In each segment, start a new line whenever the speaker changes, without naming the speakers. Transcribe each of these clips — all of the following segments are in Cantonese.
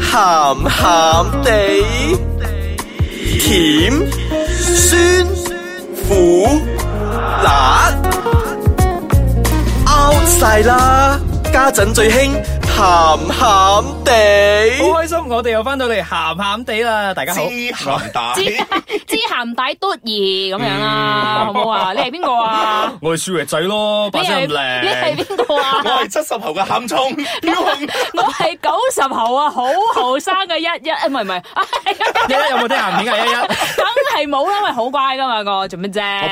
鹹鹹地，甜酸苦辣 out 晒啦！家陣最興鹹鹹
好
地，
開心，我哋又翻到嚟鹹鹹地啦，大家好。
知鹹大
知知鹹帶嘟兒咁樣啦，好唔好啊？你係邊個啊？
我係少爺仔咯，
你
把聲
係
咁
你
靚。
係邊個
我
啊？
係七十後嘅鹹葱，要紅
我係九十後啊，好後生嘅一一，誒唔係唔係，
一一有冇聽鹹片啊？一 一
梗係冇啦，因為好乖噶嘛，我做乜啫？啊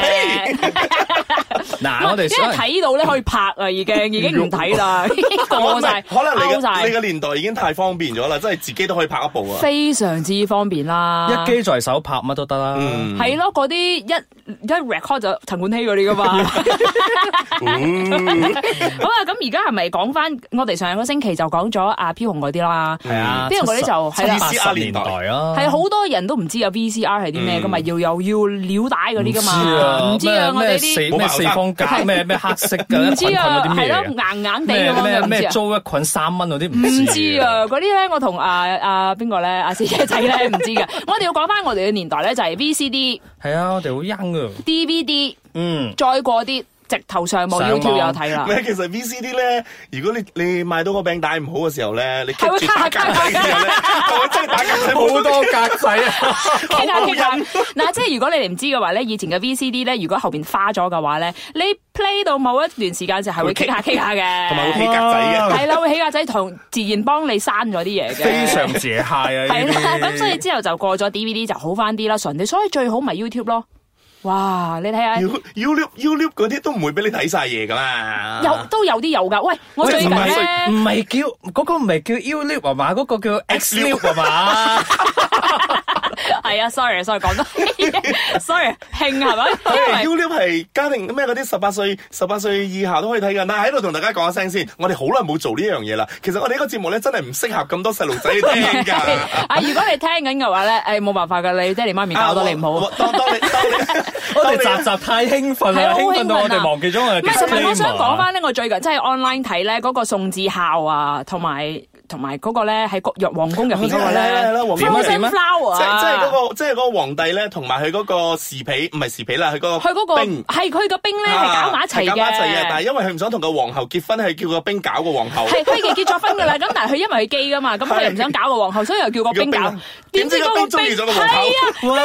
嗱，我哋
因為
想
睇到咧可以拍啊，已經已經唔睇啦，已經過晒，
可能你
勾晒
嘅你嘅年代已經太方便咗啦，真係自己都可以拍一部啊！
非常之方便啦。
一機在手拍乜都得啦。
嗯，
係咯，嗰啲一一 record 就陳冠希嗰啲噶嘛。
嗯
好啊，咁而家係咪講翻我哋上個星期就講咗阿飄紅嗰啲啦？
係啊，
嗯邊個嗰啲就係啦
八
意思啊
十年代啊，
係好多人都唔知啊有 VCR 係啲咩噶嘛，要有要料帶嗰啲噶嘛，
嗯唔
唔
知
知
啊，
啊，我
咩
哋
咩四
啲
咩四方格，咩咩黑色嘅
唔
一
知
捆捆嗰
啊，
啲
係
咩嚟嘅
咯，硬硬地
咩
咁樣
咩
就唔知
咩
啊。
租一捆三蚊嗰啲唔
唔
知
知
嘅，
啊，嗰啲咧我同啊啊邊個咧阿四姐仔咧 唔知嘅，我哋要講翻我哋嘅年代咧就係 VCD、
係啊，我哋好 young 噶，
DVD，
嗯，
再過啲直頭上網
上
YouTube 有
網
睇啦。
咩？其實 VCD 咧，如果你你買到個餅帶唔好嘅時候咧，你
係會
棘住打格仔嘅時候咧，係會真係打格仔
好多格仔 啊，
傾下傾下。嗱，即係如果你哋唔知嘅話咧，以前嘅 VCD 咧，如果後邊花咗嘅話咧，你 play 到某一段時間就係會傾下傾下嘅，
同埋會起格仔嘅。
係啦，會起架仔同自然幫你刪咗啲嘢嘅。
非常謝蟹啊，
係
呢
啦，
啲
咁所以之後就過咗 DVD 就好翻啲啦，純啲，所以最好咪 YouTube 咯。哇！你睇下，
U U Loop U Loop 嗰啲都唔會俾你睇晒嘢噶嘛。
有都有啲有㗎。喂，我
喂
最近
唔係
咧
唔係叫嗰個唔係叫 U Loop 啊嘛，嗰個叫 X Loop 啊 嘛，
係啊，sorry，sorry，講得 sorry，興係咪？ 因為
U Loop 係家庭咩嗰啲十八歲、十八歲以下都可以睇噶。但係喺度同大家講一聲先，我哋好耐冇做呢樣嘢啦。其實我哋呢個節目咧真係唔適合咁多細路仔 聽㗎。
啊，如果你聽緊嘅話咧，誒冇辦法㗎，你爹哋媽咪教得你唔好
啊。。當當你當 你
我哋
當
集
你
集太興奮
係啊
啦，
好
興奮到我
興奮啊
哋忘記咗我哋
唔係，同埋我
disclaimer
想講翻咧，我最近真係 online 睇咧嗰個宋智孝啊，同埋同埋嗰個咧喺國藥皇宮入邊嗰個
係啦係啦
咧
皇宮
點啊點啊
Frozen Flower à.
即係即係
啊，
嗰個即係嗰個皇帝咧，同埋佢嗰個侍婢，唔係侍婢啦，佢嗰個
佢嗰個
兵啊
係佢個兵咧
À,
係搞埋一齊
係搞埋一齊嘅，但係
嘅。
因為佢唔想同個皇后結婚，係叫個兵搞個皇后。
係佢已經結咗婚噶啦，咁但係佢因為佢基噶嘛，咁佢又唔想搞個皇后，所以又叫個兵
叫個
搞
兵。
點知
點知個
嗰
兵
個
中
兵
意咗個
係
皇后
啊，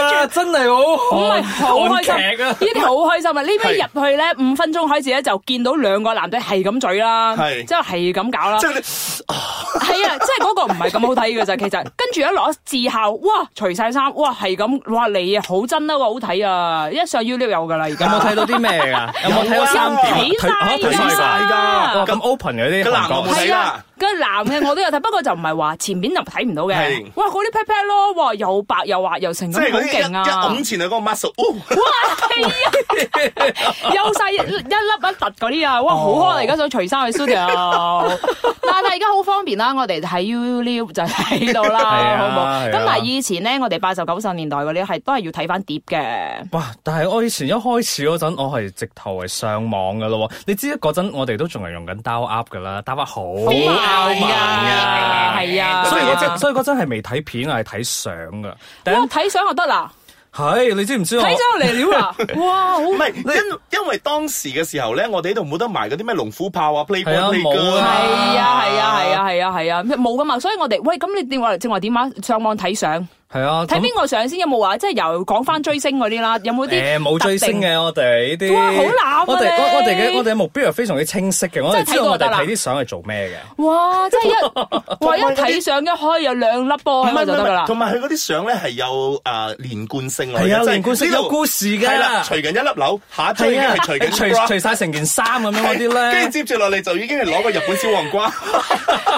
哇，真係好
唔係
韓
好開心，
韓劇啊
呢！啲好開心啊！呢邊入去咧五分鐘開始咧就見到兩個男仔係咁嘴啦，
係
之後係咁搞啦
即。係你
係啊，即係嗰個唔係咁好睇嘅咋，其實 跟住一攞字校，哇，除晒衫，哇，係咁，哇，你啊好真啦，哇，好睇啊，一上 YouTube 有噶啦，而
有
家
啊
冇睇到啲咩噶？ 有冇睇
有
到
啊
三點啊？
睇晒
啊睇
㗎
晒㗎哇咁
咁
open 嗰啲
個
韓
男
國
我冇睇
係啊
啦，
跟男嘅我都有睇，不過就唔係話前面就睇唔到嘅
係，
哇，嗰啲 pat pat 咯，哇，又白又滑又成
即係
咁，好
嗰啲
勁
一一
啊
拱！前啊嗰個 muscle，哦
哎有晒一粒一突嗰
哦
啲啊，哇，好開啊！而家想除衫去 studio，但係而家好方便啦，我哋睇 YouTube 就睇到啦，
係啊
好冇？
係啊
咁但係以前咧，我哋八十九十年代嗰啲係都係要睇翻碟嘅。
哇！但係我以前一開始嗰陣，我係直頭係上網噶咯喎。你知嗰陣我哋都仲係用緊 Dial Up 噶啦，Dial Up 好
邊
拗
有
猛
㗎
噶，
係啊
所以嗰陣所以嗰陣係未睇片，我係睇相噶。但
哇，睇相就得啦，
係你知唔知我
睇？相就嚟 料啦，哇，好
唔係因因為當時嘅時候咧，我哋呢度冇得埋嗰啲咩龍虎豹啊、Playboy
係啊冇
Playgirl
啊
係啊係啊係啊係啊係啊，冇噶嘛，所以我哋喂咁你電話正話點啊？上網睇相，
係啊，
睇
咁
邊個相先？有冇話即係由講翻追星嗰啲啦？有冇啲
誒冇追星嘅我哋呢啲，
哇好濫啊
我哋
你
我我哋嘅我哋嘅目標係非常之清晰嘅，我哋
真係睇
知道
過
我哋
得啦
睇啲相係做咩嘅。
哇！即係 一哇一睇相一開有兩粒波喺度就得噶啦。
同埋佢嗰啲相咧係有誒連貫性嚟嘅
係啊
即係
連貫性
呢度
有故事㗎
係啦，除緊一粒紐，下一張已
係
經
啊，
係除緊
除
bra
除晒成件衫咁樣嗰啲
跟
咧
住。接住落嚟就已經係攞個日本小 黃瓜，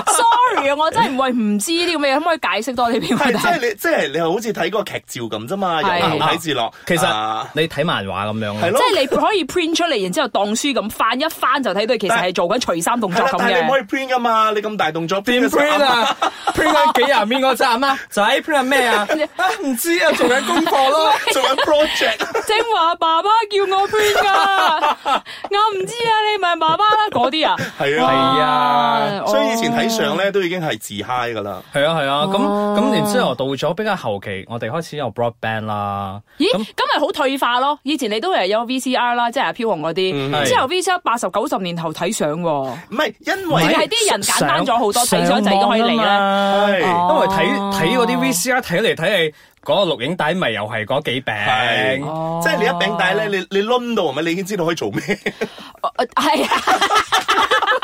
Sorry 啊，我真係喂唔知呢啲咁嘅嘢，可唔可以解釋多啲俾我
係即係
睇？
你即係係你好似睇嗰個劇照咁啫嘛，由
係
頭睇至落。
啊其實
啊
你睇漫畫咁樣
係
咯，
咯，
即係你可以 print 出嚟，然之後當書咁翻一翻就睇到，其實係做緊除衫動
係
作
啦
咁
但係你唔可以
嘅。
print 噶嘛，你咁大動作
點
print 嘅時候
print 啊？print 緊幾廿面嗰隻阿媽仔 print 緊咩啊？啊 唔知啊，做緊功課咯。
做緊 project。
正話爸爸叫 我 print 噶，我唔知啊，你咪爸爸啦嗰啲啊。
係
係
啊，
啊
哇
所以以前睇
哦
相咧都已經係自嗨噶啦。
係啊係啊，咁
哦
咁然之後到咗比較後期，我哋開始有 broadband 啦。
咦，
咁
咁咪好退化咯！以前你都係有 VCR 啦，即係阿哦飄紅嗰啲，
係
之後 VCR 八十九十年後睇相喎，
唔係因
淨
為
係啲人簡單咗好多，睇相就已經可以嚟啦。
啦
係
啊因為睇
哦
睇嗰啲 VCR 睇嚟睇去，嗰個錄影帶咪又係嗰幾
係
餅。
哦
即係你一餅帶咧，你你攆到係咪？你已經知道可以做咩？
呃係 啊，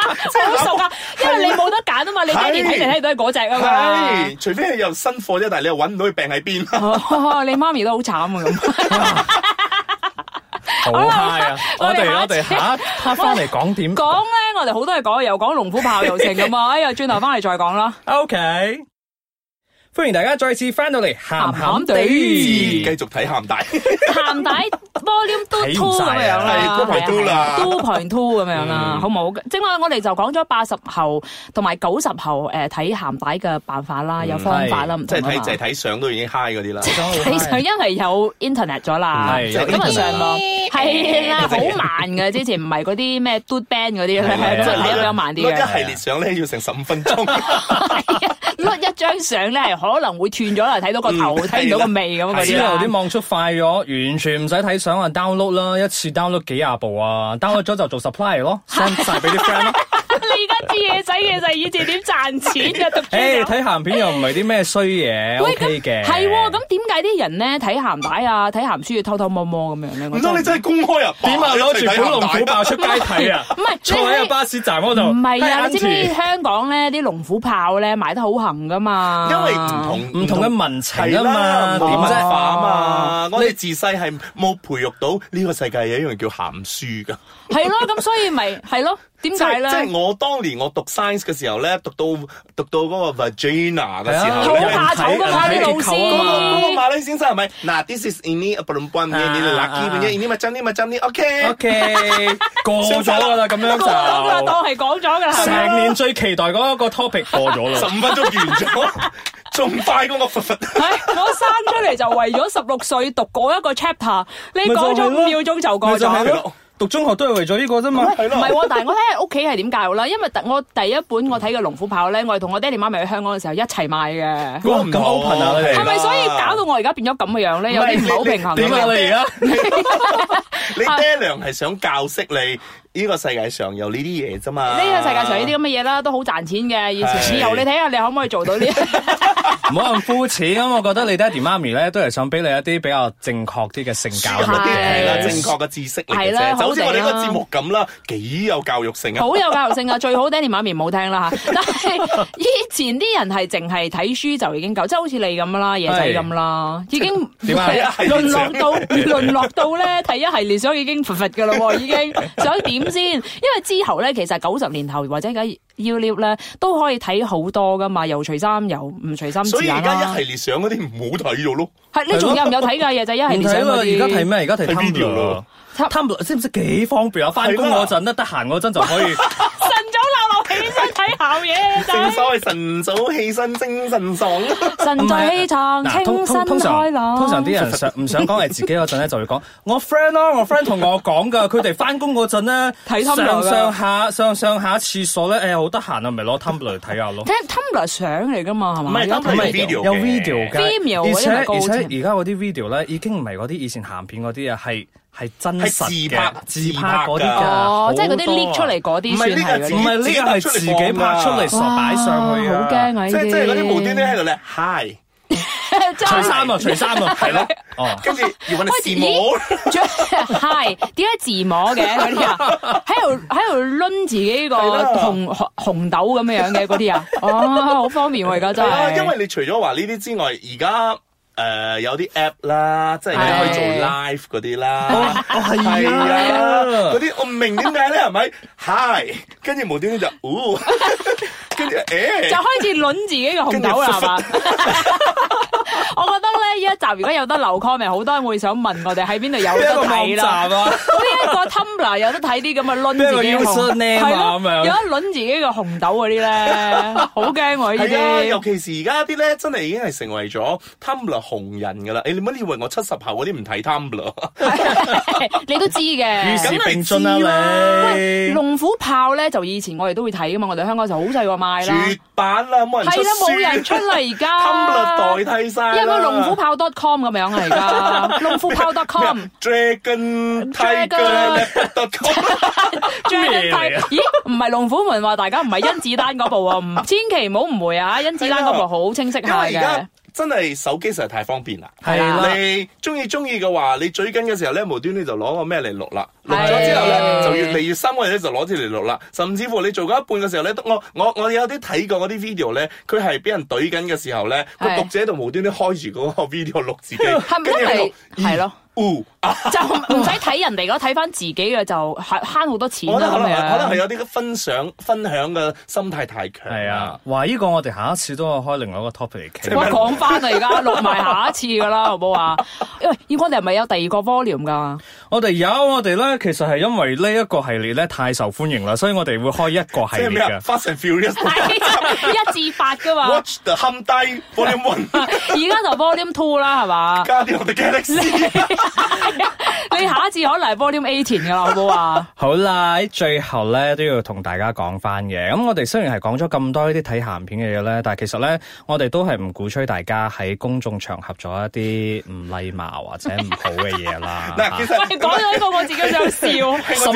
好熟啊，因為你冇得揀啊嘛，你爹哋睇嚟睇去都係嗰 只啊嘛
係，。除非你有新貨啫，但係你又揾唔到佢病喺邊。
哦你媽咪都好慘啊咁，
好 high 啊！
我
我
哋
哋我哋
下
下一 part 翻嚟講點
講咧我哋好多嘢講，又講龍虎豹又成咁啊！哎呀，轉頭翻嚟再講啦。
？OK，歡迎大家再次翻到嚟，鹹鹹
繼
地
鹹。
續睇鹹帶，
鹹帶 volume two
睇唔
two
晒
咁樣
啊
啦
係 two point two 啦
，two point two 咁樣啦，好冇？正話我哋就講咗八十後同埋九十後誒睇鹹帶嘅辦法啦，有方法啦，唔
即
同
係
啊嘛
睇就係睇相都已經嗨嗰啲啦。啊
你就因為有 internet 咗啦，
係
咁
有
啊
internet
上網 係啦，好慢嘅。之前唔係嗰啲咩 do band 嗰啲咧，即係睇得比較慢啲
一系
嘅。
列
啊
相咧要成十五分 鐘，
碌一張相咧係可能會斷咗啦，睇到個頭，
嗯
睇唔到個尾咁嗰
之
啲
後啲
啦。
網速快咗，完全唔使睇相啊，download 啦，一次 download 幾廿部啊，download 咗就做 supply 咯，send 晒俾啲 friend 咯。
你而家啲嘢仔其實以前點賺錢嘅 讀書
誒，
有
睇鹹片又唔係啲咩衰嘢
喂
，OK 嘅。
係喎，咁點解啲人咧睇鹹帶啊、睇鹹書要偷偷摸摸咁樣咧？
唔通你真係公開啊？
點啊？攞住本龍虎豹出街睇啊！
唔係
坐喺個巴士站嗰度。
唔係啊？你知唔知
Auntie，
香港咧啲龍虎豹咧賣得好行噶嘛？
因為唔同
啊唔同嘅民情
係
啊
啦，
嘛，點
冇文化
啫？
啊嘛，我哋自細係冇培育到呢個世界有一樣叫鹹書㗎。
係咯，咁所以咪係咯？點
即
解
係
咧？
即係我當年我讀 science 嘅時候咧，讀到讀到嗰個 vagina 嘅時候
係
好
啊
咧，
怕醜噶嘛
睇啊
啲老
睇
師，
嗰個嗰個
係
馬拉先生係咪？嗱，this is ini a b u m b u n
啊
ini laki
啊
ini ini macam ni macam ni，OK。
OK，過咗㗎啦，咁樣
講咗噶啦，
就
當係講咗噶啦，係咪
成年最期待嗰一個 topic 過咗
十
啦。
五分鐘完咗，仲快過我佛佛。
唉我生出嚟就為咗十六歲讀嗰一個 chapter，你
咪就
講
係咯
咗五秒鐘就過
咪就
咗
係。咯，讀中學都係為咗呢個啫嘛。
係
唔係喎，但係我睇下屋企係點教啦，因為第我第一本我睇嘅《龍虎豹》咧，我係同我爹哋媽咪去香港嘅時候一齊買嘅，
哇咁 open 啊你哋
係咪所以搞到我而家變咗咁嘅樣咧？有啲唔係好平衡
點啊？
嘅。
你而家
你爹娘係想教識你呢個世界上有呢啲嘢啫嘛。
呢個世界上呢啲咁嘅嘢啦，都好賺錢嘅。以前
係
以後你睇下你可唔可以做到呢？
唔好咁膚淺咁，我覺得你爹哋媽咪咧都係想俾你一啲比較正確啲嘅性教
教
育
嗰啲
嘅
係啦，
係
正確嘅知識嚟嘅
係啦
啫，就好似我哋
好
個
地啦
節目咁啦，幾有教育性啊！
好有教育性啊！最好爹哋媽咪冇聽啦 嚇。但係以前啲人係淨係睇書就已經夠，即係好似你咁啦，野仔咁啦，已經
點啊
淪落到淪落到咧睇一系列相已經佛佛噶啦喎，已經想點先？因為之後咧，其實九十年後或者而家 YouTube 咧都可以睇好多噶嘛，又除衫又唔除衫
所
字
以而
眼
家
啦
一。系列相嗰啲唔好睇咗咯。
係你仲有唔有睇㗎？野仔一系
唔
列
睇
相
啦，
嗰
而
啲。
家睇咩？而家睇
睇 video 咯
Tumblr。Tumblr 知唔知幾方便啊？翻工嗰陣咧，得閒嗰陣就 可以。
晨早鬧落起身睇校 嘢，
正
仔。
所謂晨早起身精神爽，
晨在氣場，
嗱，
清
通
新
通通
開
常
朗。
通常啲人想唔想講係自己嗰陣咧，就會講我 friend 咯，我 friend 同我講噶，佢哋翻工嗰陣咧，
睇 Tumblr
上
㗎
上下上上下廁所咧，誒好得閒啊，咪攞 Tumblr 嚟睇下咯。
睇 Tumblr 相嚟噶嘛，係嘛？
唔係
而家
Tumblr
睇
係 video
有
嘅
video 㗎
Vimeo
而且
嗰啲咪高
而且
清
而家嗰啲 video 咧已經唔係嗰啲以前鹹片嗰啲啊，係係真實
係自
嘅
拍
自拍嗰啲㗎，
哦，即係嗰啲
好多
leak 出嚟嗰啲
啊唔
算
係呢
係
個
嗰
字
唔哎係
啲。
呢個係自己拍出嚟，實擺上去
哇
啊！
好驚啊！
即
呢
係
啲
即係嗰啲無端端喺度咧，hi，
真
除
係
衫啊，除衫 啊，係咯，哦，
跟住要揾你試
喂
摸，
係點解自摸嘅嗰 啲啊？喺度喺度攆自己個紅紅紅豆咁樣樣嘅嗰啲啊？哦，好方便喎！而家真
係啊，因
係。
為你除咗話呢啲之外，而家。誒、有啲 app 啦，即係
係
你可以做 live 嗰啲啦，
係
係啊，嗰啲我唔明點解咧，係咪？Hi，跟住無端端就，哦， 跟住誒，
就開始攆自己個紅豆啦，係嘛？我覺一集如果有得留 comment，好多人會想問我哋喺邊度有
邊一個
得
網
睇啦。
站啊？
邊一個 Tumblr 有得睇啲咁嘅攆自己嘅
邊一個
紅
username 啊
係咯
咁樣
有得攆自己嘅紅豆嗰啲咧，好驚喎呢
係啊，尤
啲。
其是而家啲咧，真係已經係成為咗 Tumblr 紅人噶啦。哎誒，你乜以為我七十後嗰啲唔睇 Tumblr？啊
你都知嘅。
與時並進
梗係知
啊啦，
喂，
你
龍虎豹咧就以前我哋都會睇噶嘛，我哋香港就好細個買啦，
絕版啦，冇人出
係啦，
書，
冇人出嚟而
Tumblr
家。
代替晒啊啦。
有冇龍虎豹 .com 咁樣嚟噶？龍虎豹 .com。
Dragon
Dragon
Tiger
咩
Dragon
嚟啊
Type 咦，唔係龍虎門話大家唔係甄子丹嗰 部啊，唔千祈唔好誤會啊！甄子丹嗰部好清晰
因
下
為而
嘅啊
家，真係手機實在太方便啦。
係啦，
你中意中意嘅話，你追緊嘅時候咧，無端端就攞個咩嚟錄啦，錄
係
咗之後咧就越嚟越深嘅咧就攞住嚟錄啦，甚至乎你做到一半嘅時候咧，我我我有啲睇過嗰啲 video 咧，佢係俾人懟緊嘅時候咧，個
係
讀者喺度無端端開住嗰個 video 錄自己，
係
跟
咪因為
住喺
係
度
咯，
嗚啊！
就唔使睇人哋嗰，睇翻自己嘅就慳慳好多錢
我覺得可能可能
啦
係
咁樣。
有啲分享分享嘅心態太強，
係啊，，哇！呢個我哋下一次都可以開另外一個 topic 嚟 傾。
我講翻啦，而家錄埋下一次噶啦，好唔好啊？因為我哋係咪有第二個 volume 噶？
我哋有我哋咧，其實係因為呢一個系列咧太受歡迎啦，所以我哋會開一個系
即係咩
列
啊
嘅。
？Fast and Furious
啊係一至八噶嘛，
Watch the Hump Day Volume One，
而家就 volume two 啦，係嘛？
加啲我哋 Galaxy。。
你下一次可能係 volume eighteen 噶啦，好唔好啊？
好啦，喺最後咧都要同大家講翻嘅。咁我哋雖然係講咗咁多呢啲睇鹹片嘅嘢咧，但係其實咧，我哋都係唔鼓吹大家喺公眾場合做一啲唔禮貌或者唔好嘅嘢啦
嗱，其實
你講到呢個我自己都想笑。
心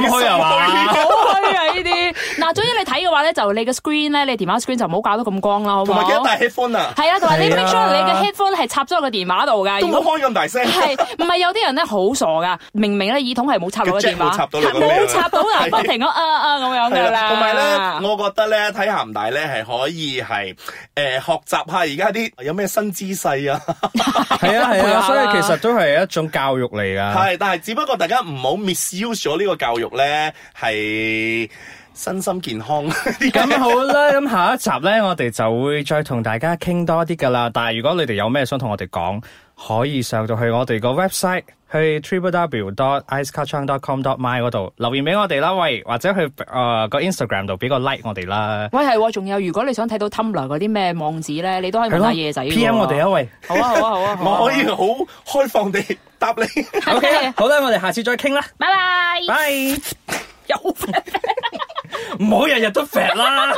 虛啊嘛，
好虛啊呢啲。嗱，總之你睇嘅話咧，就你嘅 screen 咧，你電話 screen 就唔好搞到咁光啦，好唔
同埋
好
記？得戴 headphone 啊，
係啊，同埋你
係啊
make sure 你嘅 headphone 係插咗落個電話度㗎。
哎都
如
冇啊
果
開咁大聲。
係唔係有啲人咧好傻㗎？明明咧耳筒係冇插到
個
個
jack
電話，
冇插到落
係
個咩
冇插到啊，
係
不停咁啊啊咁樣
係
㗎啦。
同埋咧，我覺得咧睇鹹帶咧係可以係誒、呃、學習下而家啲有咩新姿勢啊，
係啊係啊，所以其實都係一種教育嚟噶。
係，但係只不過大家唔好 misuse 咗呢個教育咧，係身心健康啲
咁啊好啦，咁下一集咧，我哋就會再同大家傾多啲噶啦。但係如果你哋有咩想同我哋講，可以上到去我哋個 website 去 www.icecarchung.com.my 嗰度留言俾我哋啦，喂，或者去誒、呃個 Instagram 度俾個 like 我哋啦。
喂係喎，仲有如果你想睇到 Tumblr 嗰啲咩網址咧，你都可以
係
問
咯
下夜仔㗎喎。
，PM 我哋啊，喂。
好啊！好啊好啊好啊！
我可以好開放地答你。
OK 啦，好啦，我哋下次再傾啦，
拜拜。
拜。
有
唔好日日都 fat 啦。